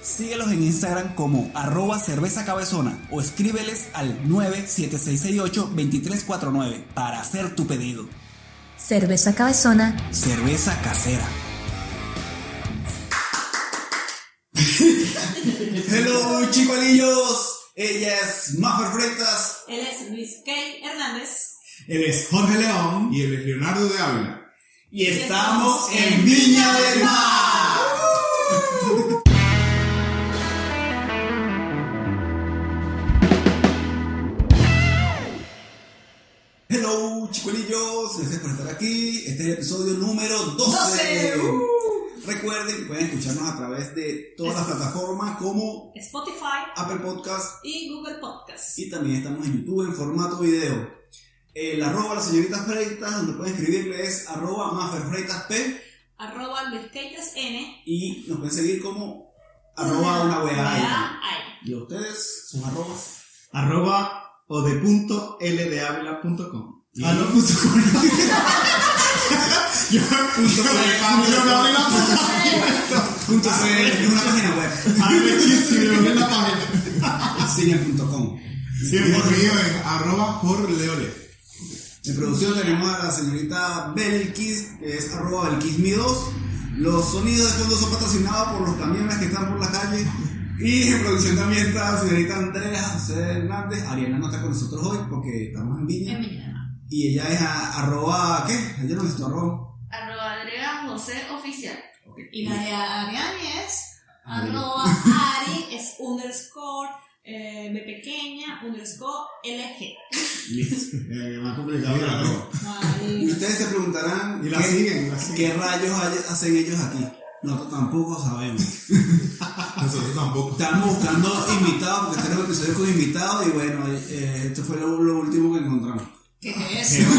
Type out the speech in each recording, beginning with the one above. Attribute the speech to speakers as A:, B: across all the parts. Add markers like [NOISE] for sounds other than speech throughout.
A: Síguelos en Instagram como arroba cerveza cabezona o escríbeles al 97668-2349 para hacer tu pedido.
B: Cerveza Cabezona.
A: Cerveza casera. [LAUGHS] Hello chicuelillos, ella es Maffer Freitas,
C: Él es Luis K. Hernández.
D: Él es Jorge León
E: Y él es Leonardo de Ávila.
D: y estamos en Viña del Mar.
A: Hello, chicuelillos, gracias por estar aquí. Este es el episodio número 12.
D: 12, Uh.
A: Recuerden que pueden escucharnos a través de todas las plataformas como
C: Spotify
A: Apple Podcast
C: y Google Podcast.
A: y también estamos en YouTube en formato video. El arroba la señorita Freitas, donde pueden escribirle es arroba maferfreitasp
C: Arroba Luis Keitas N.
A: y nos pueden seguir como arroba una weá. ahí.
C: Wea ahí.
A: Y a ustedes, sus arrobas.
D: Arroba o de punto L de Ávila punto com. Ah, no, punto com. Yo [LAUGHS] punto com. Yo me abrí la página.
A: Punto C, es una página web.
D: Ah, Arrechísimo, me abrí [LAUGHS] la página.
A: Cine.com.
E: Y el mío es arroba jorleole.
A: En producción tenemos a la señorita Belkis, que es arroba belkismi2. Los sonidos de fondo son patrocinados por los camiones que están por la calle. Y en producción también está la señorita Andrea José Hernández. Ariana no está con nosotros hoy porque estamos en Viña.
C: Bienvenida.
A: Y ella es a- arroba, ¿qué? Ella no necesitó arroba.
C: Arroba Andrea José Oficial.
A: Ok.
C: Y la de Ariani es
A: Ari.
C: arroba Ari es underscore eh, B pequeña underscore LG.
D: Listo. [LAUGHS] Eh, Más complicado.
E: Mira, no.
A: Y
C: Ay,
A: ustedes se preguntarán
D: Y la
A: qué,
D: siguen, la siguen.
A: qué rayos hay- hacen ellos aquí. Nosotros tampoco sabemos.
D: Ah,
E: Nosotros tampoco.
A: Estamos buscando invitados porque tenemos episodios con invitados y bueno, eh, esto fue lo- lo último que encontramos.
C: ¿Qué es eso?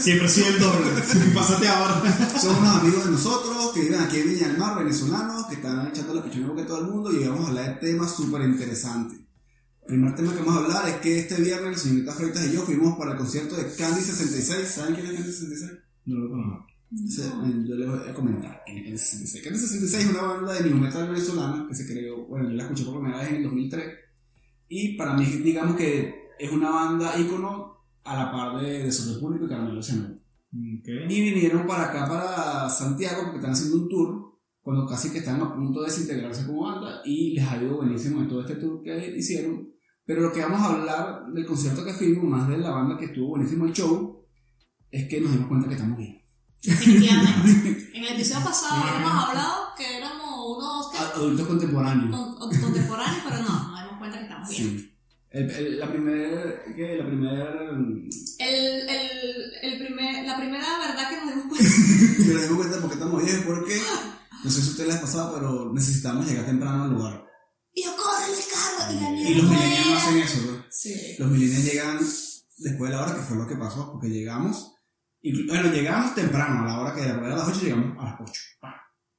D: Siempre soy el doble. Pásate ahora.
A: Son unos amigos de nosotros que viven aquí en Viña del Mar, venezolanos, que están echando la pichona en boca a todo el mundo y vamos a hablar de temas súper interesantes. El primer tema que vamos a hablar es que este viernes la señorita Freitas y yo fuimos para el concierto de Candy 66. ¿Saben quién es Candy 66?
D: No lo conozco.
A: Sí, bueno, yo les voy a comentar. quién es Candy 66. Candy 66 es una banda de new metal venezolana que se creó, bueno, yo la escuché por primera vez en el 2003 y para mí digamos que es una banda ícono a la par de, de Soto Público y Caramelo Cianuro.
D: Ok.
A: Y vinieron para acá, para Santiago, porque están haciendo un tour, cuando casi que están a punto de desintegrarse como banda, y les ha ido buenísimo en todo este tour que hicieron. Pero lo que vamos a hablar del concierto que fuimos, más de la banda que estuvo buenísimo el show, es que nos dimos cuenta que estamos bien.
C: Definitivamente. En el episodio pasado habíamos hablado que éramos unos ¿qué?
A: A- Adultos contemporáneos.
C: Con- con- contemporáneos, pero no, nos damos cuenta que estamos bien.
A: Sí. El- el- la primera... La primera...
C: El, el, el primer, la primera verdad que nos dimos cuenta. [LAUGHS]
A: Pero nos dimos cuenta porque estamos bien, porque... No sé si a ustedes les ha pasado, pero necesitamos llegar temprano al lugar.
C: Y yo corre el carro y la mierda.
A: Y los
C: no
A: millennials no
C: era.
A: hacen eso, ¿no?
C: Sí.
A: Los millennials llegan después de la hora, que fue lo que pasó, porque llegamos, y, bueno, llegamos temprano, a la hora que era, porque era a las 8, llegamos a las 8. pa.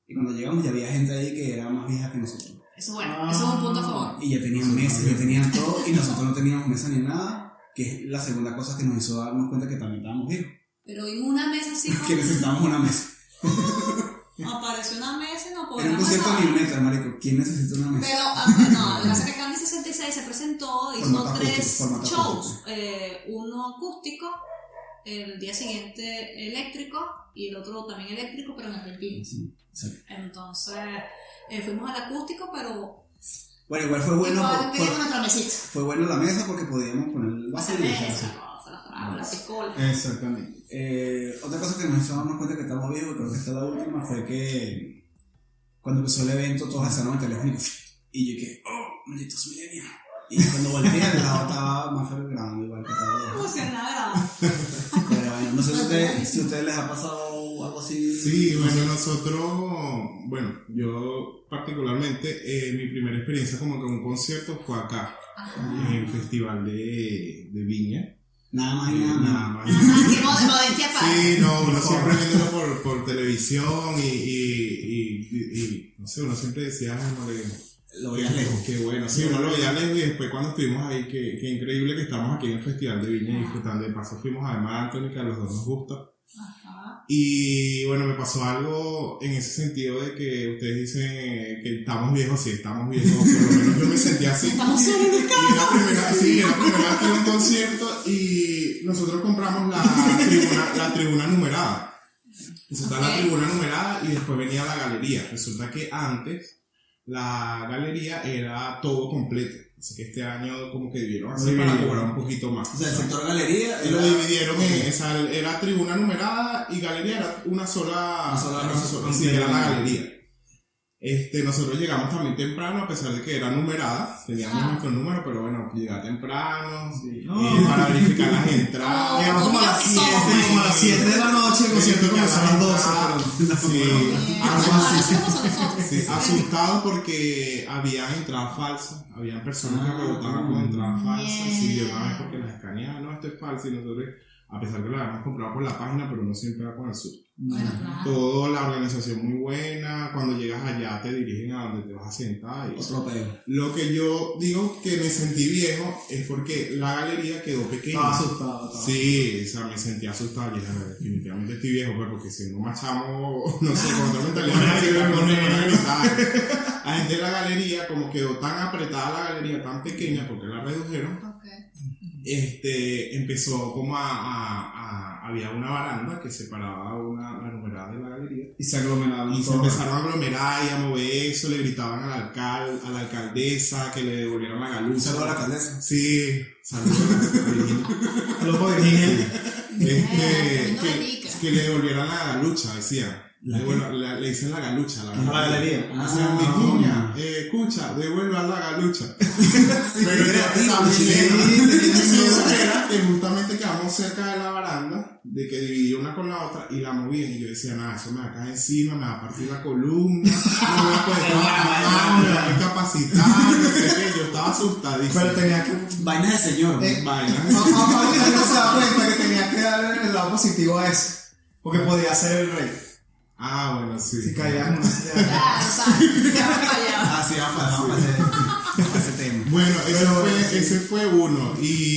A: Y cuando llegamos ya había gente ahí que era más vieja que nosotros.
C: Eso bueno,
A: Ah.
C: eso es un punto a favor.
A: Y ya tenían mesas, ya tenían todo, y nosotros no teníamos mesa ni nada, que es la segunda cosa que nos hizo darnos cuenta que también estábamos viejos,
C: Pero vimos una mesa
A: [LAUGHS]
C: así
A: que
C: como.
A: necesitábamos una mesa.
C: apareció una mesa y no
A: Era un
C: podíamos.
A: concierto ni meta, marico, ¿quién necesita una mesa?
C: Pero, ah, no, lo que pasa es que Candy 66 se presentó, hizo
A: Formato acústico,
C: tres
A: formato
C: shows:
A: acústico.
C: eh, uno acústico, el día siguiente eléctrico y el otro también eléctrico, pero en Argentina.
A: Sí, sí.
C: Entonces, eh, fuimos al acústico, pero.
A: Bueno, igual fue bueno,
C: igual
A: por-
C: teníamos
A: fue,
C: nuestra mesita.
A: fue bueno la mesa porque podíamos poner el vaso
C: Esa
A: y echarse.
C: mesa, no, se la trajo, la picola.
E: Exactamente.
A: Eh, otra cosa que nos hizo darnos cuenta que estamos viejos, y creo que esta es la última, fue que cuando empezó el evento todos alzaron el teléfono y yo dije, oh, malditos milenios. Y cuando volteé al lado estaba más feo grabando igual que estaba.
C: Emocionada, grabando.
A: Pero bueno, no sé si a ustedes, si a ustedes les ha pasado o algo así.
E: Sí, bueno, nosotros, bueno, yo particularmente, eh, mi primera experiencia como que un concierto fue acá,
C: Ajá.
E: en el Festival de, de Viña. Eh,
A: Nada más y nada
E: Nada
A: menos.
E: más.
C: Ajá, qué mod- modestia aparte.
E: Sí, no, uno siempre viéndolo por, por televisión y, y- y- y- no sé, uno siempre decía, ah, no, le-
A: Lo veías lejos.
E: Qué bueno, sí, uno lo veía lejos y después cuando estuvimos ahí, qué, qué increíble que estamos aquí en el Festival de Viña disfrutando. De paso fuimos además a Anthony, que a los dos nos gusta.
C: Ajá.
E: Y bueno, me pasó algo en ese sentido de que ustedes dicen eh, que estamos viejos, sí, estamos viejos, por lo menos yo me sentía así.
C: Estamos solos.
E: Y la primera, sí, la primera vez que iba a un concierto y nosotros compramos la tribuna, la tribuna numerada. Entonces está la
C: Ok.
E: tribuna numerada y después venía la galería. Resulta que antes la galería era todo completo. Así que este año como que debieron hacer para
A: Dividieron.
E: cobrar un poquito más.
A: O sea, el sector galería
E: Y lo
A: era-
E: dividieron en esa, era tribuna numerada y galería era una sola,
A: Una sola
E: era,
A: cosa.
E: sola- sí, era la galería. Este, nosotros llegamos también temprano, a pesar de que era numerada, teníamos
C: Ah.
E: nuestro número, pero bueno, llegar temprano,
A: Sí.
E: eh, para verificar las
C: Oh,
E: entradas.
D: Llegamos como a las
C: Dios,
D: 7,
E: somos.
D: como a las 7 de la noche, el concierto comenzó a las 12, pero...
E: Sí.
C: Eh,
E: Ah,
C: ahora
E: sí, sí.
C: somos nosotros.
E: Sí, asustado porque había entradas falsas, habían personas
A: Ah.
E: que rebotaban con entradas falsas,
C: Yeah.
E: sí, de una vez porque las escaneaban, no, esto es falso, y nosotros, a pesar que lo habíamos comprado por la página, pero no siempre era con el susto.
C: Bueno, claro.
E: Todo, la organización muy buena, cuando llegas allá te dirigen a donde te vas a sentar. y eso.
A: Otro peo.
E: Lo que yo digo que me sentí viejo es porque la galería quedó pequeña.
A: Estaba asustado. estaba-
E: Sí, o sea, me sentí asustado. Yo dije, definitivamente estoy viejo, pues, porque siendo más chamo, [LAUGHS] no sé, con otra mentalidad, no
D: Bueno,
E: sé,
D: sí,
E: no
D: bueno,
E: sé,
D: bueno.
E: no sé, La gente de la galería, como quedó tan apretada la galería, tan pequeña, porque la redujeron,
C: Ok.
E: este, empezó como a, a- a- había una baranda que separaba una, la numerada de la galería.
A: Y se aglomeraron.
E: Y se
A: todos.
E: empezaron a aglomerar y a mover eso, le gritaban al alcalde, a la alcaldesa que le devolvieron la
A: Un
E: galuza.
A: saludo a la alcaldesa.
E: Sí, saludos.
C: [LAUGHS]
D: Loco de Virgen.
E: Este,
C: Ah, no me
E: que,
C: digas.
E: que le devolvieran la galucha, decía.
A: ¿La qué?
E: Bueno, la- le dicen la galucha, la
D: La galería.
E: O sea,
A: Ah.
E: mi niña, eh, escucha, devuelvan la galucha. Pero era
A: creativo,
E: tan
A: sí.
E: chileno. Entonces era que justamente quedamos cerca de la baranda, de que dividía una con la otra y la movían. Y yo decía, nada, eso me va a caer encima, me va a partir la columna, no voy a
D: [LAUGHS]
E: poder trabajar, me va a incapacitar, no sé qué. Yo estaba asustadísimo.
D: Pero tenía que...
A: Vainas de señor.
D: Eh,
E: Vainas.
D: No, no, no, la gente se da cuenta que tenía que dar el lado positivo a eso. Porque podía ser el rey.
E: Ah, bueno, sí.
D: Si caías en una silla de-
C: Claro, o sea, ya me fallaba.
A: Ah, sí, vamos a vamos a ese- vamos a ese tema.
E: Bueno, ese,
D: Pero,
E: fue,
D: sí.
E: ese fue uno.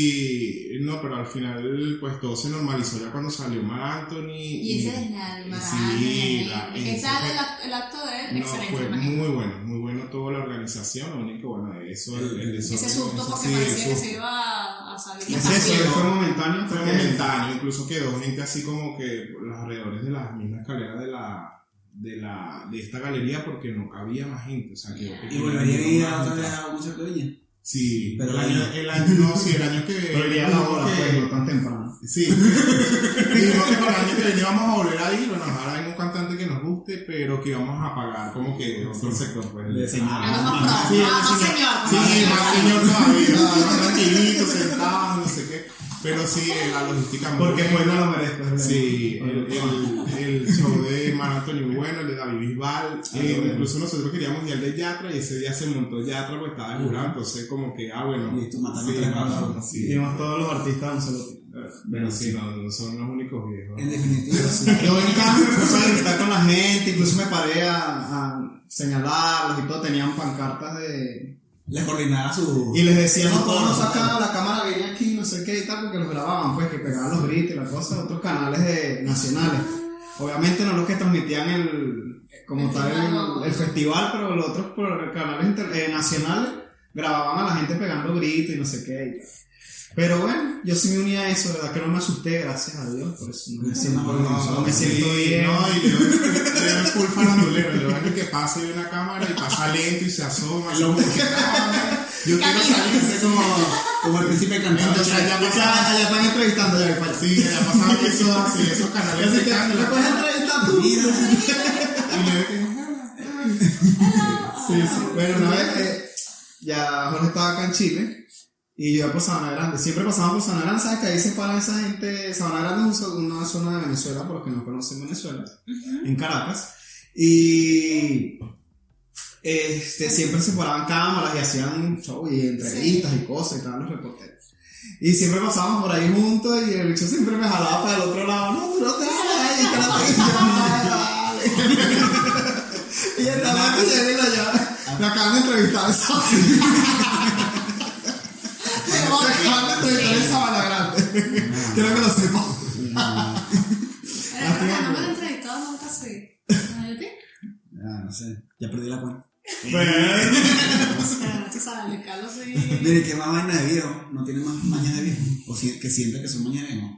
E: Y no, pero al final, pues todo se normalizó ya cuando salió Mar Anthony.
C: Y ese desnalma,
E: Sí, la-
C: Daniel. ¿Qué
E: ese
C: tal
E: fue-
C: el act- el acto de él?
E: No,
C: Excelente,
E: fue
C: imagino.
E: muy bueno, muy bueno toda la organización. Lo único bueno de eso, el, el desorden.
C: Ese susto
E: eso,
C: porque
E: sí,
C: parecía que
E: eso
C: se iba a salir.
E: Es
C: la
E: eso,
C: piel.
E: fue
D: momentáneo.
E: Fue momentáneo, incluso quedó gente así como que por los alrededores de las mismas escaleras de la. De, la, de esta galería porque no cabía más gente, o sea, quedó
A: Y
E: pequeño,
A: volvería a ir
E: no
A: a
E: más
A: otra vez
E: gente.
A: a mucha Viña.
E: Sí,
A: Pero
E: el
A: la-
E: año, el año, no, sí, el año que.
D: Pero iría a la hora,
E: que-
D: pues, no tan temprano.
E: Sí. Dijimos que para el año que viene vamos a volver a ir, bueno, ahora hay un cantante que nos guste, pero que vamos a pagar como que otro sector, pues.
A: De señor.
C: Ah, no, no,
E: Ah,
C: no,
E: sí,
C: no,
E: sí,
C: señor.
E: Sí,
C: no, señor.
E: más señor todavía, más tranquilito, sentado, no sé qué. Pero sí, eh, la logística muy
D: Porque
E: buena.
D: pues no lo merezco. ¿verdad?
E: Sí, el, el- el show de Mar Antonio muy bueno, el de David Bisbal.
D: Ah,
E: eh,
A: bueno.
E: incluso nosotros queríamos ir al de Yatra y ese día se montó Yatra porque estaba de jurado, entonces como que, ah, bueno.
A: Listo, mataron
E: sí,
A: tres
E: no,
A: pájaros.
E: sí.
D: Vimos todos los artistas a un solo tiempo.
E: Pero sí, no, no son los únicos viejos.
A: En definitiva, sí.
D: Yo en cambio me puse a gritar con la gente, incluso me paré a, a señalarlos y todo, tenían pancartas de...
A: Les coordinaba su.
D: Y les decían,
A: No,
D: no, todos nos
A: no,
D: sacaban la cámara, venía aquí, no sé qué y tal, porque los grababan, pues, que pegaban los gritos y las cosas, otros canales de, nacionales. Obviamente no los que transmitían el, como tal el, el festival, pero los otros por canales inter- eh, nacionales grababan a la gente pegando gritos y no sé qué y tal. Pero bueno, yo sí me uní a eso, ¿verdad? Que no me asusté, gracias a Dios, por eso no me siento,
A: No,
D: no me siento
E: sí,
D: bien.
E: No, y Leo, Leo es full farandulero. Leo es el que pasa y ve una cámara y pasa lento y se asoma. y como que, "Ah, Yo quiero salir de eso.
A: Como el príncipe cantando.
E: Entonces allá
D: Ya,
E: pasaba.
D: ya están entrevistando, ya, para
E: Sí, allá pasaban esos, sí, esos canales de cámara.
D: puedes entrevistar tú?
A: Mira,
E: Y Leo que,
D: Sí, sí. Bueno, una vez eh, ya Jorge estaba acá en Chile Y yo por Sabana Grande. Siempre pasamos por Sabana Grande, ¿sabes? Que ahí se para esa gente. Sabana Grande es una zona de Venezuela, por los que no conocen Venezuela, en Caracas. Y este, siempre se paraban cámaras y hacían un show y entrevistas y cosas y tal, los reporteros. Y siempre pasábamos por ahí juntos y el bicho siempre me jalaba para el otro lado. No, tú no te vayas, y que la
A: Ah.
D: tengo
A: [LAUGHS]
D: yo, vale, vale. Y el tabaco se vino ya. Me acaban de entrevistar esa.
A: [LAUGHS]
D: Me acaban de entrevistar esa bala grande.
A: Ah.
D: Quiero que lo sepa.
C: Era verdad,
D: Ah, tengo-
C: no me lo he entrevistado nunca así. ¿No yo te?
A: Ya, Ah, no sé. Ya perdí la cuenta.
C: O sea, tú sabes, el Carlos sí.
A: Mire, que más vaina de viejo. No tiene más mañas de viejo. O si, que sienta que son mañas de viejo.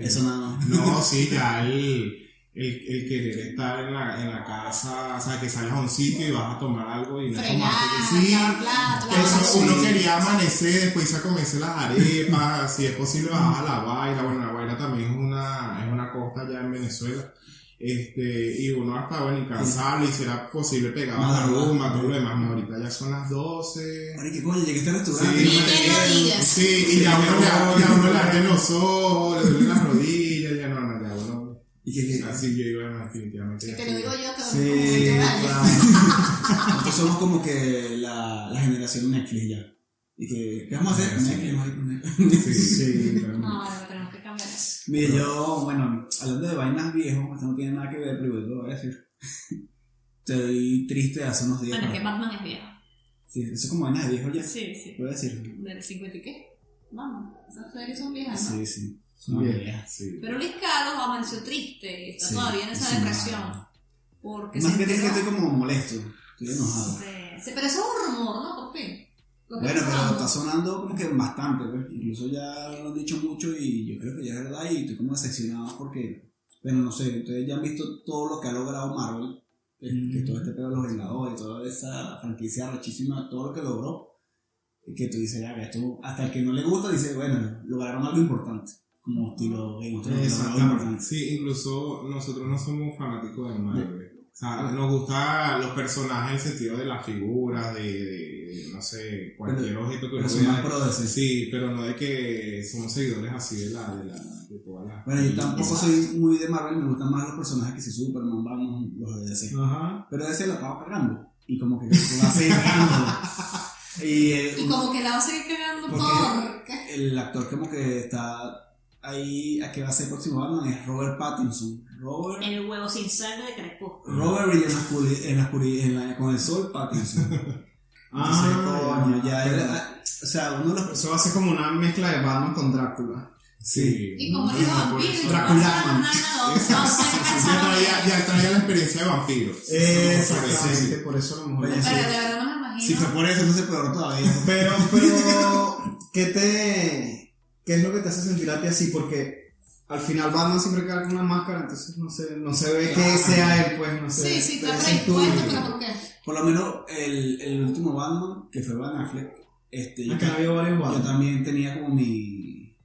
A: Eso nada más.
E: No, sí, ya el, el, el querer estar en la, en la casa, o sea, que sales a un sitio y vas a tomar algo y no
C: Fregar,
E: tomaste que sí.
C: bla, bla, bla.
E: Eso,
C: Sí.
E: uno quería amanecer, después irse a comerse las arepas, si es posible bajar a la baila, bueno, la baila también es una, es una costa allá en Venezuela. Este, y uno hasta, bueno, incansable, y si era posible pegar a la
A: Madrugada.
E: rumba, todo lo demás, no, ahorita ya son las 12.
A: Ahora que coño, llegué a
E: Sí,
A: este restaurante.
E: y
A: no me
C: no
E: que
A: quiero.
C: digas.
E: Sí, y ya uno, ya, ya uno le arde los ojos, le duelen las rodillas, ya no, no, ya uno.
A: Y que, que-
E: Así yo digo, bueno, definitivamente. ya
C: Te lo digo yo, que no me
A: Sí,
C: siento
A: claro.
C: mal.
E: [LAUGHS]
A: Nosotros somos como que la, la generación Netflix ya. Y que, ¿qué vamos a hacer?
E: Sí.
A: Netflix, marico, Netflix.
E: Sí,
C: [LAUGHS]
E: sí, claro.
C: No, no, tenemos que cambiar eso.
A: [LAUGHS] Mire, yo, bueno, hablando de vainas viejas, esto no tiene nada que ver, pero igual lo voy a decir. Estoy triste hace unos días.
C: Bueno,
A: ¿no?
C: que Batman es viejo.
A: Sí, eso es como vainas de viejo ya.
C: Sí, sí.
A: Lo voy a decir.
C: ¿Del 50 y qué? Vamos, esas series son viejas, ¿no?
A: Sí, sí.
D: Son
A: Bien.
D: viejas,
A: sí.
C: Pero Luis Carlos amaneció triste y está
A: Sí,
C: todavía en esa
A: sí,
C: depresión.
A: no.
C: Porque
A: Más
C: se
A: que triste,
C: enteró-
A: estoy como molesto. Estoy enojado.
C: Sí, sí, pero eso es un rumor, ¿no? Por fin. Lo que
A: Bueno,
C: está
A: pero
C: sonando.
A: está sonando como que bastante, pues. Incluso ya lo han dicho mucho y yo creo que ya es verdad y estoy como decepcionado porque, bueno, no sé, ustedes ya han visto todo lo que ha logrado Marvel, que, que todo este pedo de los Vengadores, toda esa franquicia rechísima, todo lo que logró, y que tú dices, ya, ve, esto, hasta el que no le gusta dice, bueno, lograron algo importante, como estilo Game of Thrones, lograron algo
E: Exactamente.
A: importante.
E: Sí, incluso nosotros no somos fanáticos de Marvel. O sea, nos gustan los personajes en el sentido de las figuras, de, de- de, no sé, cualquier objeto que
A: Pero
E: uno
A: son más
E: vea.
A: pro de ese.
E: Sí, pero no de que somos seguidores así de la, de la, de todas las.
A: Bueno, yo tampoco soy muy de Marvel, me gustan más los personajes que se Superman, Batman, los de DC.
E: Ajá.
A: Pero ese la estaba cagando. Y como que la seguir cagando. y eh,
C: Y como que la va a seguir cagando
A: ¿Por
C: por. ¿Qué?
A: el actor como que está ahí a que va a ser próximo Batman es Robert Pattinson. Robert.
C: El huevo sin sangre de Crepúsculo.
A: Robert brilla en la oscuri- en la oscuri- en la- con el sol Pattinson. Entonces,
D: Ah,
A: coño,
D: ya.
A: ya era- o sea, uno de los
D: Eso va a ser como una mezcla de Batman con Drácula.
E: Sí.
C: Y como los vampiros, no
E: Dracula.
C: pasaron nada, no se
E: Ya
C: casaron.
E: traía, ya traía la experiencia de vampiros.
D: Eh, Exactamente, por eso a lo mejor.
A: Oye, sí.
C: Pero de verdad no me imagino.
A: Si fue por eso, entonces peor todavía.
D: Pero, pues, pero, ¿qué te. ¿Qué es lo que te hace sentir a ti así? Porque al final Batman siempre queda con una máscara, entonces no se, no se ve que sea él, pues, no
C: Sí,
D: sé.
C: sí, está
D: Pero es
C: predispuesto,
D: tuyo.
C: pero ¿por qué?
A: Por lo menos el, el último Batman, que fue Van Affleck, este, yo
D: Es que han habido varios
A: Yo
D: Batman.
A: también tenía como mi.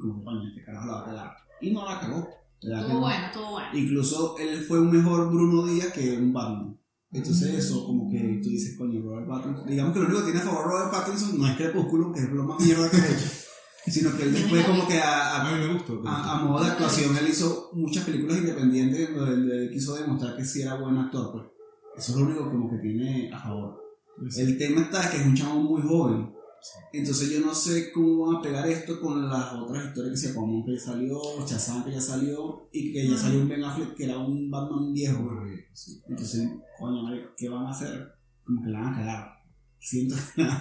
A: Como coño, este carajo la va a cagar. Y no la cagó. De verdad que
C: Estuvo
A: no.
C: bueno, estuvo bueno.
A: Incluso él fue un mejor Bruno Díaz que un Batman. Entonces, eso, como que tú dices, coño, Robert Pattinson. Digamos que lo único que tiene a favor Robert Pattinson no es Crepúsculo, que es lo más mierda que ha hecho, [LAUGHS] sino que él después, como que a,
E: A
A: a,
E: mí me gustó.
A: a- a modo de actuación, él hizo muchas películas independientes en donde él quiso demostrar que sí era buen actor, pues. Eso es lo único como que tiene a favor.
D: Pues
A: El tema está que es un chamo muy joven. Entonces yo no sé cómo van a pegar esto con las otras historias que se Aquaman que ya salió, Shazam que ya salió y que ya salió un Ben Affleck que era un Batman viejo. güey. Entonces, coño, marico, ¿qué van a hacer? Como que la van a cagar. Siento.
D: Tenía-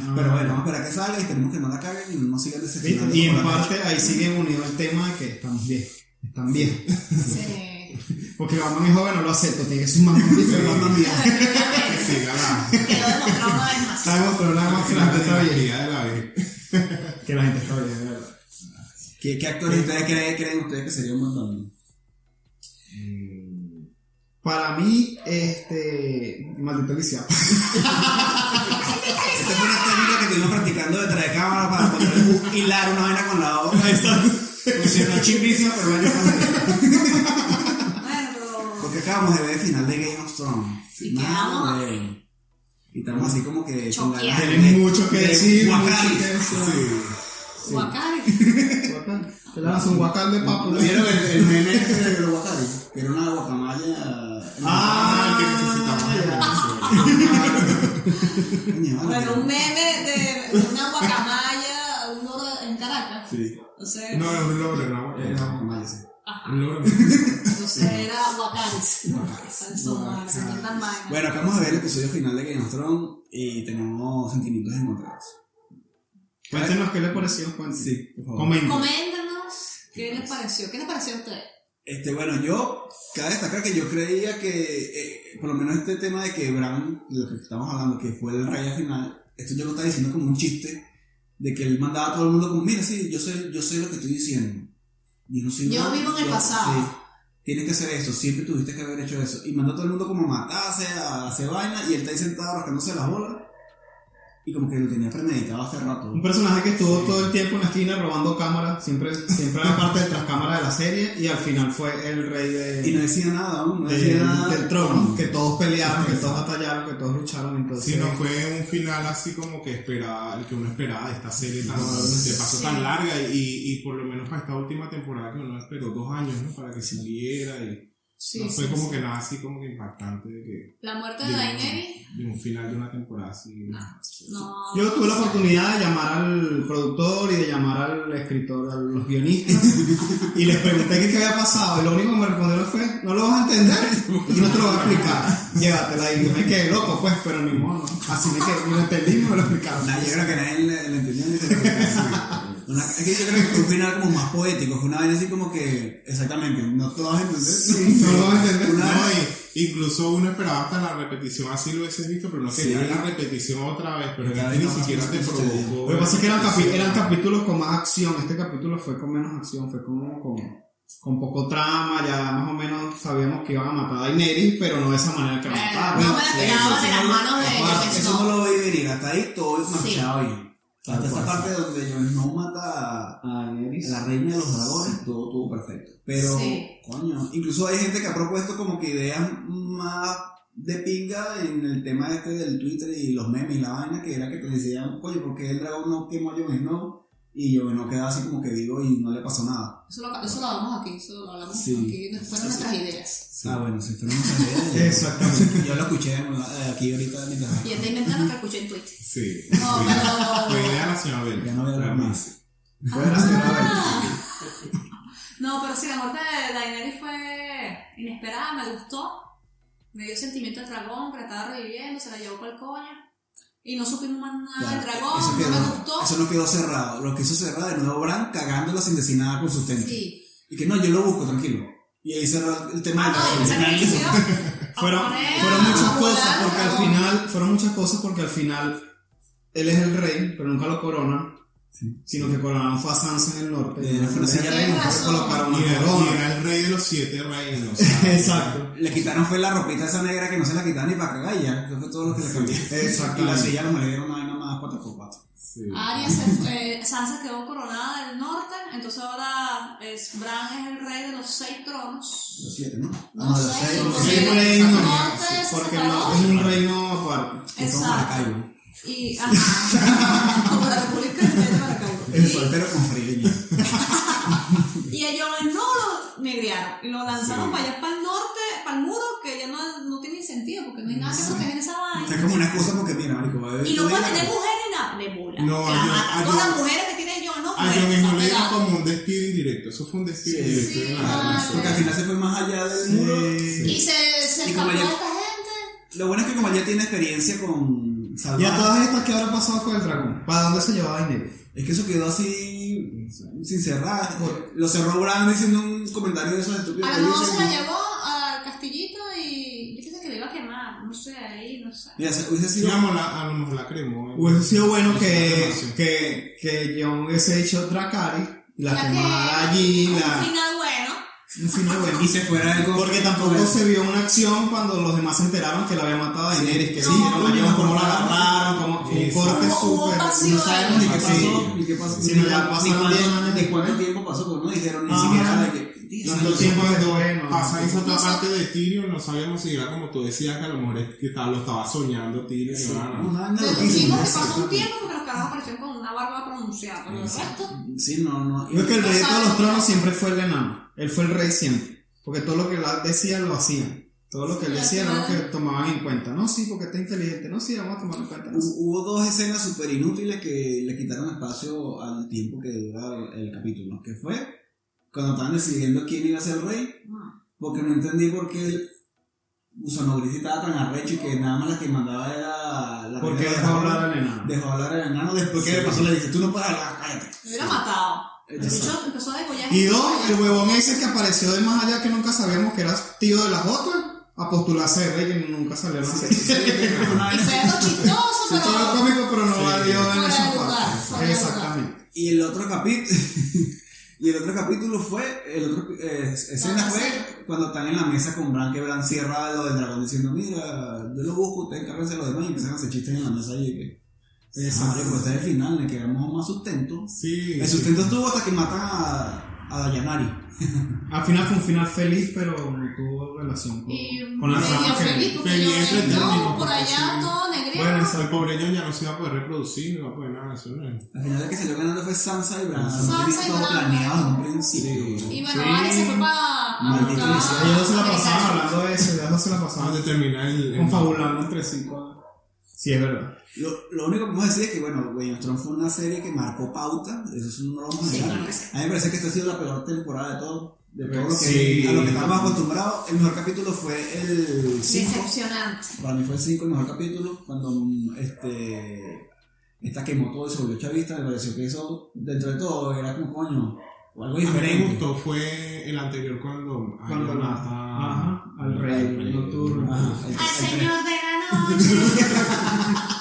D: ah.
A: Pero bueno, vamos a esperar que salga y esperemos que no la caguen y no nos sigan
D: ¿Viste?
A: decepcionando.
D: Y
A: con
D: en
A: la-
D: parte ahí sigue unido el tema de que estamos bien. Están bien.
C: Sí.
D: Porque Batman es joven, no lo acepto, tiene que ser un Batman viejo, un Batman viejo.
E: Sí, la
D: [LAUGHS]
E: verdad.
C: Quedó demostrado una vez más.
D: Está controlado más que la gente está bien.
E: de la vida.
D: Que la gente está bien, de verdad.
A: ¿Qué, qué actores ustedes creen, creen ustedes que sería un buen Batman?
D: Para mí, este. Maldito [LAUGHS] lisiado.
A: Esta fue una técnica que estuvimos practicando detrás de cámara para poder hilar una vaina con la otra. Funcionó chimbísima, pero bueno, no sé.
C: Bueno, pero.
A: Porque acabamos de ver el final de Game of Thrones.
C: Y quedamos-
A: Madre. Y Y estamos así como que con ganas
C: Choqueados.
A: de-
D: Tienen mucho que
A: de
D: decir,
A: guacaris.
D: mucho que decir.
C: Guacari.
D: Guacán. Te lanzas un guacán de papo. ¿no?
A: ¿Vieron el, el meme este de los guacaris? Que era una guacamaya. eh,
E: Ah, que necesitamos de Venezuela.
A: Ah,
D: [LAUGHS]
A: Coño, vale.
C: Bueno, un meme de una guacamaya un loro en Caracas.
A: Sí,
C: O sea,
E: No, es un logro,
D: Eh,
A: era una guacamaya, sí.
C: ajá.
E: Un
D: [LAUGHS]
E: logro.
C: O sea, era guacaris. Salsón, se tan mal.
A: Bueno, acá vamos a ver el episodio final de Game of Thrones y tenemos sentimientos encontrados.
D: Cuéntenos qué les pareció, cuéntenos.
A: Sí, por favor.
D: Comenten.
C: Coméntanos qué les pareció. ¿Qué les pareció a ustedes?
A: Este, bueno, yo, cabe destacar que yo creía que, eh, por lo menos este tema de que Bran, de lo que estamos hablando, que fue el rey al final, esto yo lo estaba diciendo como un chiste, de que él mandaba a todo el mundo como, mira, sí, yo sé, yo sé lo que estoy diciendo. Yo no soy
C: Yo
A: Bran,
C: vivo en el pasado".
A: sí, tienes que hacer esto, siempre tuviste que haber hecho eso. Y mandó a todo el mundo como a matarse, a hacer vaina, y él está ahí sentado rascándose las bolas, y como que lo tenía premeditado hace rato.
D: Un personaje que estuvo todo el tiempo en la esquina robando cámaras, siempre, siempre era parte de tras cámara de la serie y al final fue el rey de,
A: Y no decía nada aún, no
D: de-
A: decía nada.
D: del trono, que todos pelearon, que todos batallaron, que todos lucharon, entonces
E: Si no fue un final así como que esperaba, el que uno esperaba de esta serie tan,
A: Sí.
E: de paso tan larga y, y por lo menos para esta última temporada que uno esperó dos años, ¿no? Para que saliera y
C: Sí,
E: no
C: sí,
E: fue como
C: sí.
E: que nada así como que impactante de que
C: La muerte de
E: de,
C: Daenerys.
E: de un final de una temporada así.
C: No. No.
D: Yo tuve la oportunidad de llamar al productor y de llamar al escritor, a los guionistas, y les pregunté qué, qué había pasado, y lo único que me respondieron fue, no lo vas a entender, y no te lo voy a explicar, llévatela, y yo me quedé loco, pues, pero ni modo, así me quedé, ni lo entendí, ni me lo explicaron.
A: Nah, yo creo que nadie le, le entendió ni se lo Una- Es que yo creo que fue un final como más poético, fue una vaina así como que, exactamente, no todos entendés.
D: no lo vas a entender.
A: Una-
E: No, y incluso uno esperaba hasta la repetición, así lo hubieses visto, pero no
A: Sí.
E: quería la repetición otra vez, pero
A: Claro,
E: que ni
A: no,
E: siquiera
A: no,
E: te
A: no,
E: provocó.
D: Lo que pasa es que eran, capi- eran capítulos con más acción. Este capítulo fue con menos acción, fue con, con, con poco trama. Ya más o menos sabíamos que iban a matar a Daenerys, pero no de esa manera que la
C: Eh,
D: mataron.
C: no me la esperaba de las manos de
D: Aparte,
C: Jon
A: Eso
C: No.
A: no lo voy a venir, hasta ahí todo es
C: Sí.
A: marchado bien. Hasta esa parte donde Jon Snow mata a a la reina de los dragones, todo todo perfecto. Pero,
C: Sí.
A: coño, incluso hay gente que ha propuesto como que ideas más de pinga en el tema este del Twitter y los memes y la vaina, que era que te decían, coño, ¿por qué el dragón no quemó a Jon Snow? Y Jon Snow quedaba así como que vivo y no le pasó nada.
C: Eso lo, eso lo hablamos aquí, eso lo hablamos
A: Sí.
C: aquí. Fueron nuestras ideas.
A: Ah, bueno, si fueron
C: [LAUGHS]
A: muchas ideas.
D: Exactamente.
A: Yo lo escuché eh, aquí ahorita mientras.
C: Y estoy inventando lo que escuché en Twitter.
E: Sí.
C: No,
E: Fue idea- fue idea de la señora Bell.
A: Ya no voy a hablar más.
D: Fue la señora Bell.
C: [LAUGHS] No, pero sí, la muerte de Daenerys fue inesperada, me gustó. Me dio sentimiento al dragón, que la estaba reviviendo, se la llevó para el coño. Y no supimos más nada del
A: Ya,
C: dragón,
A: eso,
C: no me
A: quedó,
C: gustó.
A: eso no quedó cerrado. Lo que hizo cerrado, de nuevo Bran cagándola sin decir nada con sustento.
C: sí.
A: Y que no, yo lo busco, tranquilo. Y ahí cerró el tema
C: Ah,
A: del
C: no, el sacrificio. a
D: fueron,
C: poner
D: fueron
C: a
D: muchas
C: volar
D: cosas
C: al
D: porque al
C: dragón.
D: final fueron muchas cosas porque al final él es el rey pero nunca lo corona sino que coronaron fue a Sansa en el norte
A: Eh, fue una silla
C: de
D: mujer
C: razón.
D: colocaron
E: Y
D: una
E: era, y
D: corona
E: era el rey de los siete
D: [LAUGHS]
E: reinos. o sea,
D: exacto
A: Le quitaron fue la ropita esa negra que no se la quitaron ni para cagar y ya. Eso fue todo lo que le cambió.
D: Exactamente.
A: Y la silla no me le dieron una vaina más 4x4.
E: sí.
C: Arya se fue- eh, Sansa quedó coronada del norte, entonces ahora es, Bran es el rey de los seis tronos.
A: Los 7, ¿no? Ah,
C: No
A: los
C: sé,
A: seis,
C: porque-
A: los
D: Sí,
A: seis.
D: el reino,
C: Norte se
D: porque
C: separó.
D: no, es un reino aparte
A: Y todo Maracaibo.
C: Y, ajá, [LAUGHS] como la República del Medio de Maracaibo.
A: El soltero con Freire.
C: Y, y ellos no lo negrearon y lo lanzaron
E: Sí.
C: para allá, para el norte, para el muro, que ya no, no tiene sentido, porque no hay nada que proteger esa
A: Es
C: vaina.
A: como una excusa porque, mira, marico, va a haber-
C: Y no
A: yo
C: puede
A: voy a-
C: tener mujer ni nada, de bola.
E: No,
C: La
E: a John-
C: mata.
E: a
C: Todas
E: John-
C: las mujeres que tiene yo no
E: A
C: mujeres,
E: John Snow
C: están
E: ah, le dieron
C: pegadas.
E: como un despido indirecto. Eso fue un despido
A: Sí,
E: indirecto.
C: sí,
E: de la
C: vale.
E: relación.
A: Porque al final se fue más allá del muro.
C: Y se, se
A: Y
C: escapó
A: como ya-
C: esta gente.
A: Lo bueno es que como él ya tiene experiencia con
D: y
A: salvar,
D: a todas estas que ahora pasado con el dragón ¿para dónde se llevaba Daenerys?
A: es que eso quedó así sin cerrar. Lo cerró Bran diciendo un comentario de esos estúpidos.
C: A
A: que
C: la noche
A: dicen,
C: se la
A: ¿no?
C: llevó al castillito y yo pensé que lo iba a quemar, no sé, ahí, no sé.
A: Mira, se- hubiese
E: Sí,
A: sido...
E: vamos, la- a lo mejor la cremo. ¿eh?
D: hubiese sido bueno que,
E: Sí.
D: que, que Jon hubiese hecho Dracari y la
C: La que-
D: quemara allí
C: Un
D: la,
C: final bueno.
D: Un cine bueno.
A: Y se fuera algo.
D: Porque tampoco se vio una acción cuando los demás se enteraron que la había matado a Daenerys, que sí, no,
E: no,
D: cómo la
E: no.
D: agarraron, cómo fue un
E: Exacto.
D: corte
C: Hubo- hubo
D: súper.
C: pasión.
D: No sabemos ni qué pasó.
A: ni qué pasó.
D: Sí,
A: ni
D: no, ya
A: cuánto-
D: pasaron
A: ni cuánto-
D: diez años.
A: ni cuánto tiempo pasó, porque no dijeron ni
D: Ajá.
A: siquiera de que.
D: Tanto tiempo de bueno.
E: Pasa esa otra
C: No sé.
E: parte de Tyrion, no sabíamos si era como tú decías, que a lo mejor es que estaba- lo estaba soñando Tyrion. ¿no? No, no.
A: Una vaina
C: Pero
A: loquísima,
C: dijimos que
A: sí.
C: pasó un tiempo porque los carajos aparecieron con una barba pronunciada, pero el resto.
A: Sí, no, no.
D: Yo creo que el rey de todos
C: Exacto.
D: los tronos siempre fue el enano. Él fue el rey siempre. Porque todo lo que él decía lo hacían. Todo lo que él
C: Sí,
D: decía era lo que
C: claro.
D: tomaban en cuenta. No, sí, porque está inteligente. No, sí, vamos a tomarlo en cuenta. No, sí.
A: Hu- Hubo dos escenas súper inútiles que le quitaron espacio al tiempo que dura el capítulo, que fue cuando estaban decidiendo quién iba a ser el rey,
C: No.
A: porque no entendí por qué el gusano gris estaba tan arrecho y que nada más la que mandaba era la
D: Porque
A: reina
D: dejó hablar al enano.
A: Dejó hablar al enano, después que le pasó le dice, tú no puedes hablar, cállate.
C: Me hubiera matado. El
A: Exacto.
C: bicho empezó a degollar.
D: Y dos, el huevón ese que apareció de más allá que nunca sabíamos que era tío de las otras, a postularse de rey que nunca salió así.
C: Y fue algo chistoso,
D: Sí, todo era
C: pero.
D: cómico, pero no
E: Sí.
D: valió en
C: Fuera
D: esa
C: de lugar, fuera
D: parte.
C: de
D: Exactamente.
A: Y el otro capítulo. [LAUGHS] Y el otro capítulo fue, el otro eh, escena
C: Ah,
A: fue
C: sí.
A: cuando están en la mesa con Bran, que Bran cierra lo del dragón diciendo, mira, yo lo busco, ustedes encárguense de los demás y empiezan a hacer chistes en la mesa y que, ah, pero está el final, le quedamos más sustento.
E: Sí.
A: El
E: sí.
A: sustento estuvo hasta que matan a, a Dayanari.
D: Al final fue un final feliz, pero no tuvo relación con,
C: Y
D: con la
C: medio
D: trama que-
C: feliz porque
E: feliz,
C: yo
E: feliz,
C: no, por
E: porque
C: allá
E: sí.
C: todo negrito.
E: Bueno, o sea, el pobreño ya no se iba a poder reproducir, no va a poder nada, eso no es.
A: Al final el que salió ganando fue Sansa y Bran.
C: Sansa
A: Sansa
C: y
A: todo
C: Bran.
A: planeado en un principio.
C: Y bueno,
D: Sí.
C: vale, se fue para.
A: Maldito
D: Sí, Ellos dos se la pasaban hablando de eso, ellos dos se la
E: Vamos
D: pasaban
E: a Ah, terminar el. el-
D: confabulando entre sí. con- Sí, es verdad.
A: Lo, lo único que podemos decir es que, bueno, Game of Thrones fue una serie que marcó pauta, eso es un no lo vamos a
C: Sí,
A: negar.
C: claro que sí.
A: A mí me parece que esta ha sido la peor temporada de todo, de todo lo que,
E: Sí.
A: a lo que estábamos acostumbrados. El mejor capítulo fue el 5,
C: Decepcionante.
A: para mí fue el 5 el mejor capítulo, cuando mm, este, esta quemó todo y se volvió chavista, me pareció que eso, dentro de todo, era como coño, o algo
E: A mí me
A: diferente.
E: gustó fue el anterior cuando. ay,
D: Cuando
E: mata-
D: Ajá, al rey nocturno.
A: Ajá, el-
C: Al
A: el- el-
C: señor de la noche.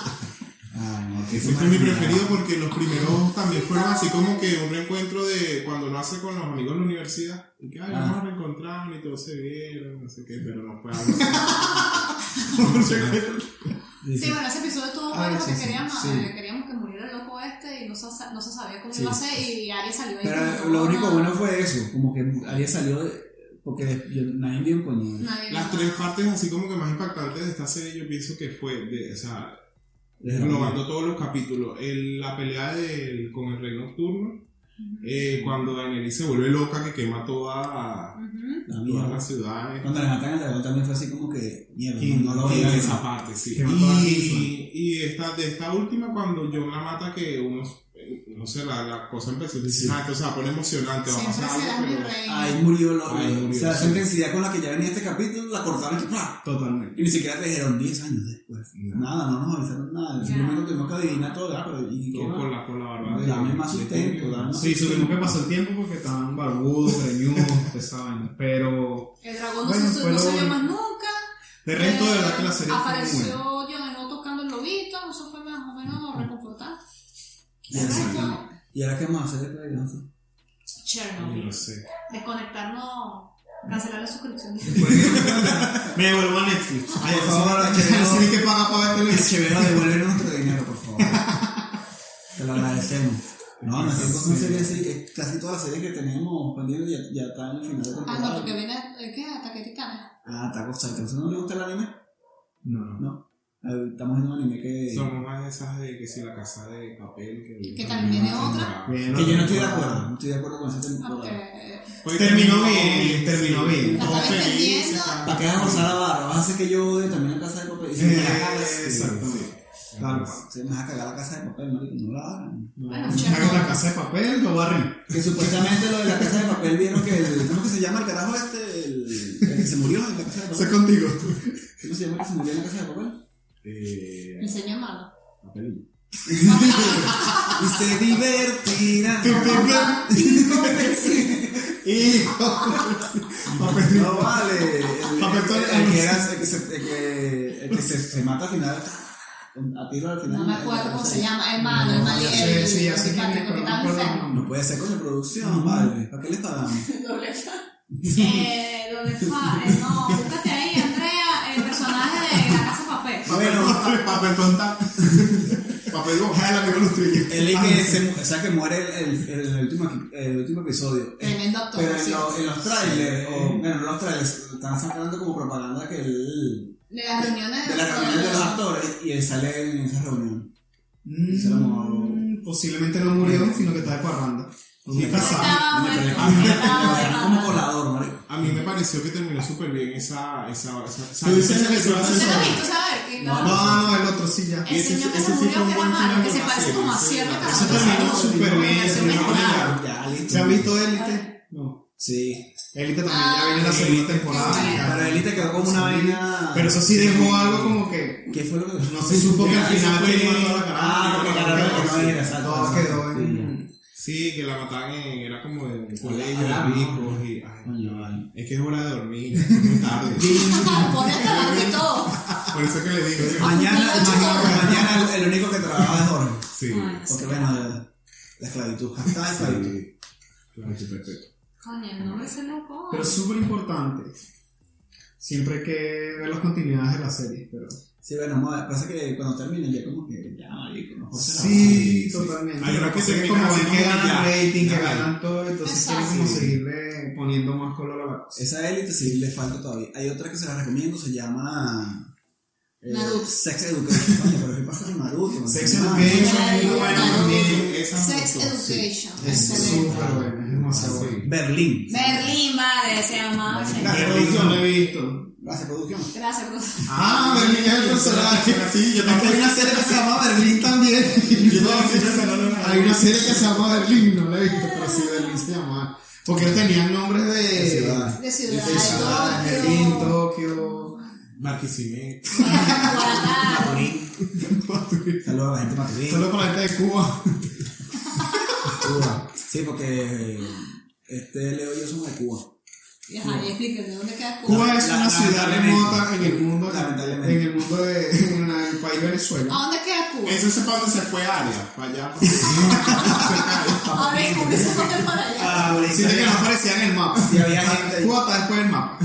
A: Ah, no, que
E: Ese
A: eso
E: fue mi
A: me-
E: preferido porque los primeros también fueron así como que un reencuentro de cuando lo hace con los amigos de la universidad. Y que, ay,
A: Ah.
E: nos reencontramos y todos se vieron, no sé qué, pero no fue algo
A: [LAUGHS]
E: así. Un reencuentro.
A: Sí, sí.
C: Sí, bueno, ese episodio estuvo
D: Ah,
C: bueno
D: sí,
C: porque
D: sí,
C: queríamos,
D: sí.
C: eh, queríamos que muriera el loco este y no se, sa- no se sabía cómo
A: Sí.
C: iba a ser y Arya salió ahí.
A: Pero
C: como,
A: lo único
C: "Ah".
A: bueno fue eso, como que había salido de- porque de- yo- nadie vio con
C: Nadie-
E: Las tres partes así como que más impactantes de esta serie yo pienso que fue, de, o sea, englobando todos los capítulos. El- la pelea del- con el rey nocturno, eh, cuando Daenerys se vuelve loca que quema toda,
C: Ujú.
A: la
E: toda la
A: mierda.
E: ciudad.
A: Cuando le matan al dragón también fue así como que mierda,
D: Sí,
A: no, no lo
E: Y
A: veía
E: esa parte, sí.
D: Que mató a
E: Y, y esta, de esta última, cuando John la mata, que uno, eh, no sé, la, la cosa empezó. Dice,
A: Sí.
E: ah, esto se va a poner emocionante, va a
C: Siempre
E: pasar
C: serás mi
E: algo. pero-
C: rey.
A: Ahí murió lo,
E: Ahí murió,
A: o sea, esa
E: sí.
A: intensidad con la que ya venía este capítulo la cortaron y ¡plá!
D: Totalmente.
A: Y ni siquiera te dijeron 10 años después.
E: No.
A: Nada, no nos avisaron nada.
C: Ya.
A: Simplemente tuvimos que adivinar todo, ah, pero ¿y qué
E: Todo
A: va?
E: por la, por la barba. de-
A: Dame más
E: de
A: sustento,
E: Tyrion.
A: dame más
D: Sí, supimos que pasó el tiempo porque estaban barbudos, greñudos, de esa vaina. Pero
C: El dragón
D: Bueno,
C: no, se,
D: fue
C: no
D: lo
C: se vio
D: bueno.
C: más nunca.
D: de resto, de verdad que la
C: Eh,
D: serie fue muy
C: Apareció
D: buena.
C: Jon Snow tocando el lobito, eso fue más o menos reconfortante.
A: Sí,
C: El resto,
A: exactamente. ¿Y ahora qué vamos a hacer de Pegaso?
E: Ay, No
C: Chernobyl.
E: sé.
C: Desconectarnos, cancelar la suscripción.
D: Me devuelvo a Netflix. Ay, por favor, [LAUGHS]
A: Sí,
D: que-
A: no.
D: así que paga para ver televisión.
A: Chevero, devuélvenos nuestro dinero,
E: [LAUGHS]
A: por favor. Te lo agradecemos. No, no, tengo una serie así que casi todas las series que tenemos pendientes ya, ya están en el final de
C: Ah,
A: temporada.
C: no, porque viene, eh, ¿qué? Ataque Titana.
A: Ah, Attack of Titans. ¿No le gusta el anime?
D: No,
A: No. Eh, Estamos viendo un anime que.
E: Somos más de esas de que si la casa de papel. Que,
C: Que también viene
E: Ah,
C: otra.
D: Bien,
A: Que yo no estoy de acuerdo. No estoy de acuerdo con esa
C: Ah,
A: temporada.
C: Aunque.
E: Hoy
D: Pues Terminó bien, terminó bien.
C: La
E: Todo
C: están
E: feliz.
C: extendiendo.
E: acá.
A: ¿Para qué vas a usar la barra? Vas a hacer que yo odie también la casa de papel. Y si me la cagas,
D: Exacto.
E: Sí.
D: Tal cual.
A: Se me va a cagar la casa de papel, marico. No la hagan.
C: Bueno,
D: Sacan la
C: Chernobyl.
D: casa de papel, lo barren.
A: Que supuestamente lo de la casa de papel vieron que el. ¿Cómo que se llama el carajo este? El, el que se murió en la casa de papel.
D: [LAUGHS] contigo.
A: ¿Cómo se llama el que se murió en la casa de papel?
E: Eh,
C: El señor malo.
A: Papelillo. y se divertirá.
D: [LAUGHS] Papel.
A: No vale. El,
D: Papel
A: el-
D: toalla.
A: el que, era- el que, se, el que, el que se, se mata al final. A tiro al final.
C: No me acuerdo cómo se llama. El malo, el malo.
D: ya sé, sí, ya sé quién es, pero no me acuerdo el nombre.
A: No puede ser con la producción, vale. ¿Para qué les pagamos?
C: El doble. Eh, ¿Dónde está? Eh, no, búscate ahí, Andrea, el personaje de la casa de papel.
E: Papel tonta, papel
D: [LAUGHS]
E: tonta. Papel boca de la que
A: Él y
E: Ah,
A: que se, mu- o sea, que muere el, el, el, último, el último episodio.
C: Tremendo actor,
A: Pero en,
C: sí.
A: lo- en los trailers, o bueno, no los trailers, están sacando como propaganda que él.
C: De las reuniones
A: de las reuniones de los actores y él sale en esa reunión.
D: Mm,
A: Se lo mojó.
D: posiblemente no murió, sino que está de parranda. Nunca
C: Estaba
D: sabe.
C: muerto,
A: Le
C: estaba
A: [LAUGHS] pegaron como
C: muerto.
A: colador, marico.
E: A mí me pareció que terminó súper bien esa. esa, esa, esa
D: Tú dices que se va a
C: ¿Usted
D: hacer-
C: lo ha visto, sabe? Que
A: No,
D: No,
C: no-
D: no, el otro sí ya.
C: El
E: ese-
C: señor que
E: ese
C: se
E: sí fue
C: murió
E: un
C: que era
E: buen
C: malo,
E: final
C: que
E: de
C: se
E: una
C: parece
E: serie,
C: como a
E: sí.
C: cierto
E: Eso
C: carajo.
D: terminó súper bien, terminó
C: espectacular.
A: Ya, listo.
D: ¿Se ha visto Élite? No.
A: Sí.
D: Élite también ya viene la
C: Ah,
D: segunda
C: qué
D: temporada.
A: Pero él te quedó como una vaina.
D: Pero eso sí dejó algo como que
A: ¿Qué fue lo que.?
D: no se supo que al final
E: Ese fue
D: quién
E: el
D: mató a la
E: malo.
A: Ah, porque ganaron que no era,
D: cara.
A: exacto.
D: Todo quedó en.
E: Sí, que la mataban en. Era como de un colegio de
A: Ah, no.
E: ricos. Y, ay,
A: Coño, vale.
E: es que es hora de dormir, es muy tarde.
C: Pone hasta la hora y todo.
E: Por eso que le digo. yo-
A: Mañana,
C: Mañana,
A: mañana, mañana el, el único que trabajaba es Jorge.
E: Sí.
C: Ay,
A: Porque bueno, la esclavitud. Hasta esclavitud.
E: Sí. Claro, sí, perfecto.
C: Coño, el nombre se loco.
D: Pero súper importante. Siempre hay que ver las continuidades de la serie. Pero...
A: Sí, bueno, moda, pasa que cuando terminen ya como que ya, marico, no forza la
D: Sí,
E: sí.
D: totalmente.
E: Hay una
D: Lo
E: que
D: pasa
E: se
D: como
E: mira así
D: ven que
E: como
D: ganan
E: ya,
D: rating, que
E: ya.
D: ganan todo, entonces
C: Exacto.
D: quieren como
E: Sí.
D: seguirle poniendo más color a la cosa.
A: vaina. Esa élite sí le falta todavía. Hay otra que se la recomiendo, se llama... eh,
C: Naruto.
A: Sex Education. Coño, pero ¿qué pasa con Naruto?
D: Sex
A: Ah,
D: Education.
C: Sex Education.
D: Es
C: Excelente.
D: súper buena, es demasiado
E: Ah,
D: buena.
A: Berlín.
C: Berlín, madre, se llamaba.
A: Claro.
D: Berlín Ah, no lo he visto.
A: Gracias, producción.
C: Gracias, profesor.
D: Ah, Berlín es el personaje.
E: Sí, yo
D: Aquí hay una serie que se llama Berlín también. [LAUGHS] Hay una serie que se llama Berlín, no la he visto, pero sí Berlín se llama. Porque ellos tenían nombres de.
A: De ciudad.
C: De
D: de
C: ciudad,
D: ciudad,
C: Tokio,
D: Berlín, Tokio.
E: Marquisimeto.
C: Guadalajara.
A: [LAUGHS] Maturín. Saludos a la gente de Maturín.
D: Solo para la gente de Cuba.
A: Cuba. Sí, porque eh, este Leo y yo somos de Cuba.
C: Y, ajá, y explíquenme, ¿dónde queda Cuba?
D: Cuba es
A: La-
D: una
A: la-
D: ciudad
A: lamentablemente.
D: remota en el mundo,
A: Lamentablemente.
D: en el mundo de, en la- el país Venezuela.
C: ¿A dónde queda Cuba?
E: Eso es para donde se fue Aria, para allá. porque- se cae.
C: Ahora descubrí ese papel para allá.
A: Ah,
D: Sí, de que no aparecía en el mapa.
A: Sí, había gente ahí.
D: Cuba está después del mapa.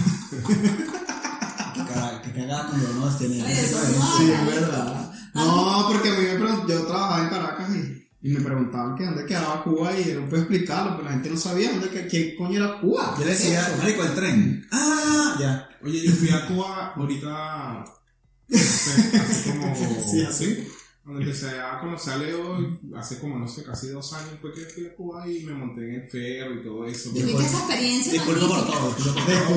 A: Que cagada cuando no tiene.
C: Ay, eso es
A: Sí,
C: malo.
A: es verdad.
D: No, porque a mí me pregun- yo trabajaba en Caracas y, y me preguntaban que dónde quedaba Cuba y yo no puedo explicarlo, pero la gente no sabía dónde que, qué coño era Cuba.
A: Yo le decía, marico, el tren. Ah, ya.
E: Oye, yo fui a Cuba ahorita. no sé, hace como.
A: Sí, así.
E: Cuando empecé a conocer a Leo, hace como, no sé, casi dos años fue que fui a Cuba y me monté en el ferro y todo eso.
C: Y
E: Pero-
C: que esa experiencia
A: Disculpa por
C: magnífica.
A: todo. disculpa por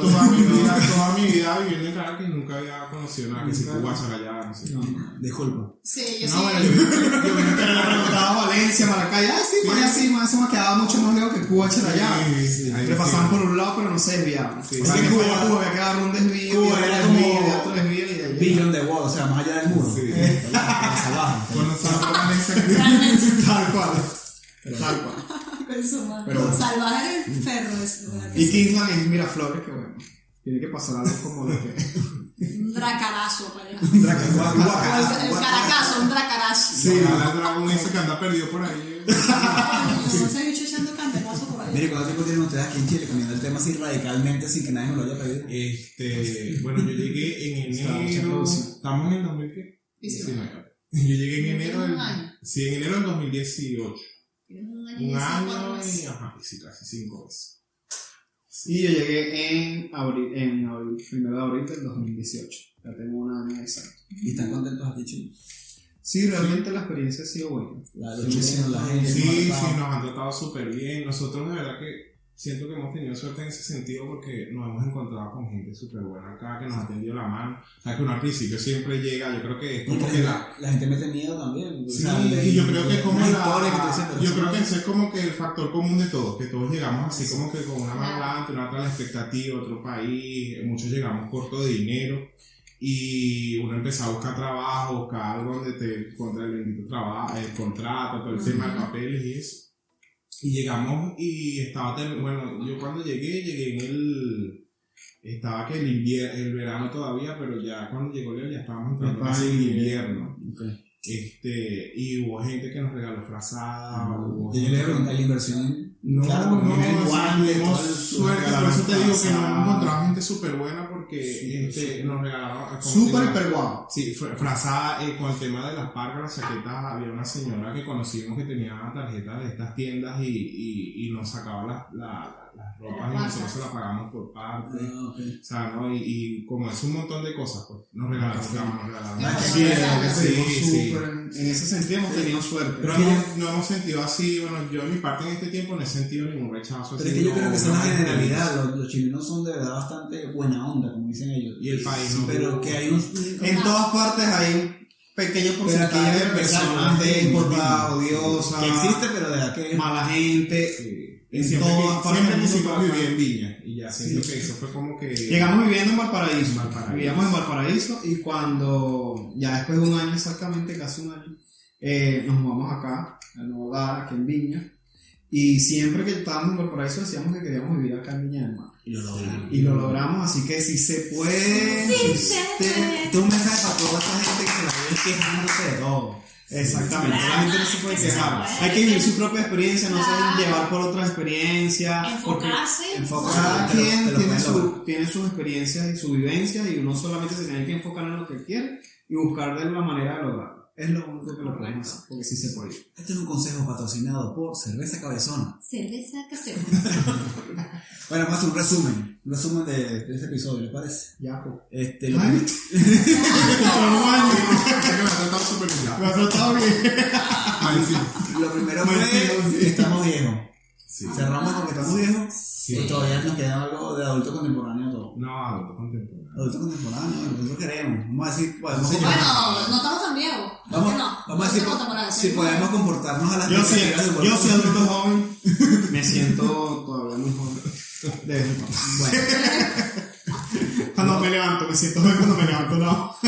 E: Toda mi, toda mi vida, toda mi vida viviendo en Caracas y nunca había conocido nada que si
D: Nunca.
E: Cuba, Sarayá, no sé.
A: Disculpa.
C: Sí, yo
E: No, bueno,
C: sí.
E: yo- yo me
D: Pero le preguntaba a Valencia, Maracay, ah, sí,
E: Sí.
D: para allá sí, más eso me quedaba mucho más lejos que Cuba,
E: Sí,
D: Charallá.
E: sí, ahí
D: Le
E: sí.
D: pasaban por un lado, pero no se desviaban.
E: Sí.
D: Así que
E: Vale,
D: Cuba,
E: Cuba-
D: Cuba, había que dar un desvío,
A: Cuba
D: y
A: era
D: otro desvío,
A: como-
D: y otro desvío, y ahí llegaba.
A: Billion de wall, o sea, más allá del muro. Eh,
E: Sí.
A: Está la- está
D: [LAUGHS]
A: abajo.
E: Conocí a una Alexa que-
D: Tal cual. Tal cual.
C: [LAUGHS] Con su madre.
D: Pero-
C: Salvaje el ferro, es verdad que
D: Y
C: sí.
D: Kingsland es Miraflores, que bueno. Tiene que pasar algo como lo que.
C: Un dracarazo pues. para allá.
A: Draca- guaca- guaca-
C: El caracazo, un dracarazo.
E: Sí, la dragón ese que anda perdido por ahí.
C: No se bicho echando canterazo por ahí.
A: Mire, ¿cuánto tiempo tienen ustedes aquí en Chile cambiando el tema así radicalmente sin que nadie me lo haya pedido?
E: Este, bueno, yo llegué en
D: Estaba mucha
E: enero.
D: producción.
E: Estamos en el 2000 qué?
C: Diecinueve.
E: 19. Yo llegué en enero del,
C: Un año.
E: sí, en enero del 2018.
C: Tienes un año y
E: Un
C: cuatro
E: año y
C: meses.
E: ajá, y sí, casi cinco veces.
D: Y yo llegué en abril, en abril, primero de abril del 2018. Ya tengo un año exacto.
A: ¿Y están contentos aquí en Chile?
D: Sí, realmente la experiencia ha sido buena.
A: La los chilenos, la gente.
E: Sí, sí,
A: los
E: nos han tratado súper bien. Nosotros de verdad que siento que hemos tenido suerte en ese sentido porque nos hemos encontrado con gente súper buena acá que nos ha tendido la mano. O sea, que uno al principio siempre llega, yo creo que es como que
A: Porque
E: la,
A: la, la gente mete miedo también. o
E: Sí,
A: sea, de-
E: y yo creo
A: de-
E: que es como
A: una
E: la-
A: historia que te dicen, pero
E: yo
A: sí.
E: creo que eso es como que el factor común de todos, que todos llegamos así como que con una mano adelante, una otra la expectativa, otro país, muchos llegamos corto de dinero y uno empieza a buscar trabajo, buscar algo donde te contra el bendito trabajo, el contrato, todo el tema de papeles y eso. Y llegamos y estaba, ter- bueno, yo cuando llegué, llegué en el... Estaba que el invierno, el verano todavía, pero ya cuando llegó Leo ya estábamos entrando
D: Estaba
E: casi
D: en
E: en invierno.
D: invierno.
A: Ok.
E: Este, y hubo gente que nos regaló frazadas. hubo
A: Y yo
E: gente
A: le
E: que-
A: pregunté la inversión.
E: No,
A: Claro,
E: no,
A: porque
E: no,
A: viene el
E: sí,
A: guante,
E: tuvimos
A: todo el-
E: suerte, por
A: regalaron
E: eso te digo que
A: frazadas.
E: nos hemos encontrado gente súper buena porque
A: Sí,
E: este,
A: sí.
E: nos regalaron.
D: Súper
E: como-
D: hiper guau.
E: Sí, fr- frazada eh, con el tema de las parcas, las chaquetas, había una señora que conocimos que tenía tarjetas de estas tiendas y, y, y nos sacaba las, la- las ropas y
C: Ajá.
E: nosotros se las pagamos por parte.
A: Ah, ok.
E: O sea, ¿no? Y, y como es un montón de cosas, pues nos regalaron,
A: Café.
E: nos regalaron.
C: Ah,
E: café,
C: sí,
D: de verdad que
E: sí,
D: estuvimos
E: sí.
D: súper- En ese sentido hemos tenido suerte.
E: Pero no, no hemos sentido así, bueno, yo en mi parte en este tiempo no he sentido ningún rechazo.
A: Pero
E: así,
A: es que yo
E: no-
A: creo que esa es la
E: no-
A: generalidad. Los, los chilenos son de verdad bastante buena onda, como dicen ellos.
E: Y el país, ¿no?
A: Pero que hay un.
D: En todas partes hay un pequeño porcentaje de personas déspotas,
E: Ah.
D: odiosas,
A: que existe, pero de verdad que.
D: mala gente.
E: Sí.
D: En
E: siempre
D: todas
E: que-
D: partes
E: siempre
D: del mundo
E: quisimos
D: pasa.
E: vivir en Viña. Y ya, siento
D: Sí.
E: que eso fue como que.
D: Llegamos viviendo en Valparaíso.
E: Valparaíso.
D: Vivíamos en Valparaíso y cuando, ya después de un año exactamente, casi un año, eh, nos mudamos acá, al nuevo hogar, aquí en Viña. Y siempre que estábamos en Valparaíso decíamos que queríamos vivir acá en Viña del Mar.
A: Y lo logramos.
D: Y lo logramos, así que si se puede.
C: Sí
D: si
C: se
D: usted-
C: puede.
D: Tú un mensaje para toda esta gente que se la vive quejándose de todo. Exactamente, la
C: Claro,
D: gente no se puede
C: que se
D: quejar.
C: puede.
D: Hay que vivir su propia experiencia, no
C: Claro.
D: se llevar por otra experiencia. porque-
C: Enfocarse.
A: enfocarse.
D: cada
A: Te lo- te
D: quien
A: lo
D: tiene,
A: puedes
D: su-
A: lograr.
D: tiene sus experiencias y sus vivencias y uno solamente se tiene que enfocar en lo que quiere y buscar de la manera de lograrlo. Es lo único que lo podemos hacer, porque sí se puede.
A: Este es un consejo patrocinado por Cerveza Cabezona.
C: Cerveza casera.
A: Bueno, vamos a hacer un resumen. Un resumen de, de este episodio, ¿le parece?
D: Ya, pues.
A: Este, lo
D: Ay,
A: que-
D: [LAUGHS]
E: que me ha tratado súper bien.
D: Lo has tratado bien.
E: Ahí sí.
A: Lo primero
D: Bueno,
A: fue
D: sí, bueno, sí.
A: que estamos viejos.
E: Sí.
A: Cerramos porque estamos viejos.
E: Sí.
A: Y todavía nos queda algo de adulto contemporáneo todo.
E: No, adulto contemporáneo.
A: Adulto contemporáneo, nosotros queremos. Vamos a decir, podemos
D: Señor.
C: Bueno, no estamos tan viejos. ¿Por qué
A: Vamos,
C: no?
A: vamos a decir
C: No
A: po-
C: estamos tan grandes.
A: si podemos comportarnos a las
D: Yo sí,
A: expectativas del cuerpo.
D: yo soy adulto joven. Me siento todavía muy joven. De vez en cuando.
A: Bueno,
D: Cuando me levanto, me siento joven cuando me levanto. [LAUGHS]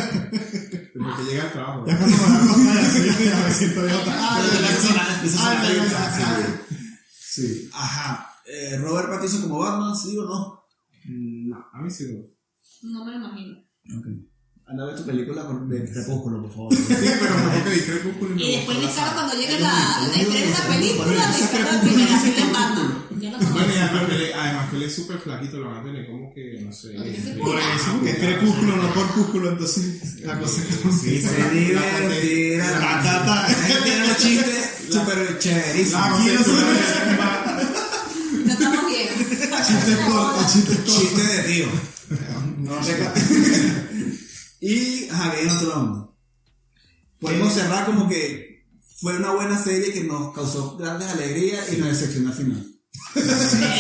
D: No.
E: Porque llega al trabajo.
D: Ya cuando me voy a acostar, ya soy- ya me siento de otra.
A: pero de las personas, eso es
D: Ay,
A: una
D: ay,
A: pregunta.
D: ay, ay.
A: Sí. Ajá. Eh, Robert Pattinson como Batman, ¿sí o no?
E: Mm, No, a mí sí. no.
C: No me lo imagino.
A: Ok. Anda a ver tu película con- de Crepúsculo, por favor.
E: Sí, pero mejor que vi Crepúsculo me
C: Y después me
E: gustó la
C: claro
E: saga.
C: cuando llegue
A: Es
C: la,
A: bonito,
C: la
A: es
C: estrella de la
A: bonito, es
C: película, "Ah,
A: bonito. Bueno,
C: me
A: esa
C: saca la
A: película
C: primera
A: no sé
C: fila en
A: qué
C: Batman. Ya lo
E: Bueno, y
C: conozco.
E: además que él- además que él es súper flaquito, lo van a tener como que, no sé.
C: Lo tienes que
D: Por eso, porque es crepúsculo, no por cúsculo, entonces la cosa
E: Sí, sí.
A: divertirá.
D: Ta, ta, ta.
A: Tiene unos chistes súper chéverísimos.
D: Aquí no se
C: No estamos viejos.
D: Chistes cortos, chistes cortos.
A: Chiste de Este tío. Este
D: No
A: [LAUGHS] Y Javier Tron. Podemos cerrar como que fue una buena serie que nos causó grandes alegrías y nos decepcionó al final.
C: Sí,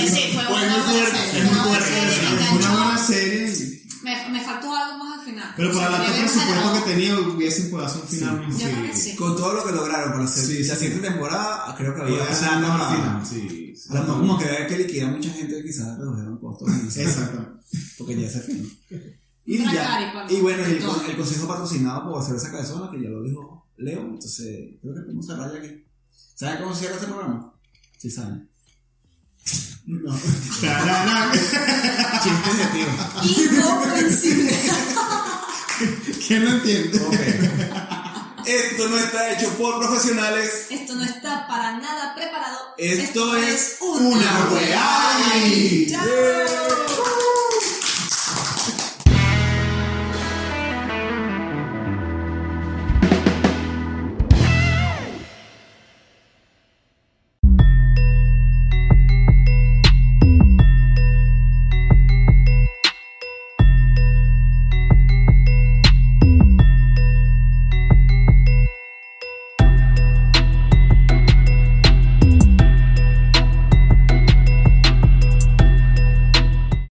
C: sí, fue
D: Fue
C: una
D: muy
C: buena
D: fuerte,
C: serie.
D: es muy
C: Una buena
D: fuerte.
C: serie, me
D: Fue una
C: enganchó.
D: buena serie,
C: Me, me faltó algo más al final.
D: pero para
C: O sea,
D: la
C: me
D: que
C: hubiera
D: presupuesto que
C: ganado.
D: tenía hubiese podido hacer un final
C: Yo creo que sí.
A: Con todo lo que lograron para hacer
D: Sí,
A: la
D: sí.
A: siguiente temporada, creo que había
D: Podía ser una
A: una-
D: final.
E: Ah, Sí, sí.
A: A lo mejor como que había que liquidar a mucha gente quizás redujeron costos. no sé,
D: Exacto.
A: [LAUGHS] Porque ya se fin. Y,
C: Una
A: ya,
C: caripa.
A: y bueno, y el,
C: Todo.
A: con- el consejo patrocinado por hacer esa cabezona, que ya lo dijo Leo, entonces creo que podemos cerrar ya aquí. ¿Saben cómo cierra este programa? Sí, saben. No.
D: La, la, la, [LAUGHS]
A: Chistes de tío.
C: Incomprensible.
D: ¿Quién lo entiende?
A: Esto no está hecho por profesionales.
C: Esto no está para nada preparado.
A: Esto es
C: una
A: una weá.
C: weá.
A: Yeah.
C: Chao.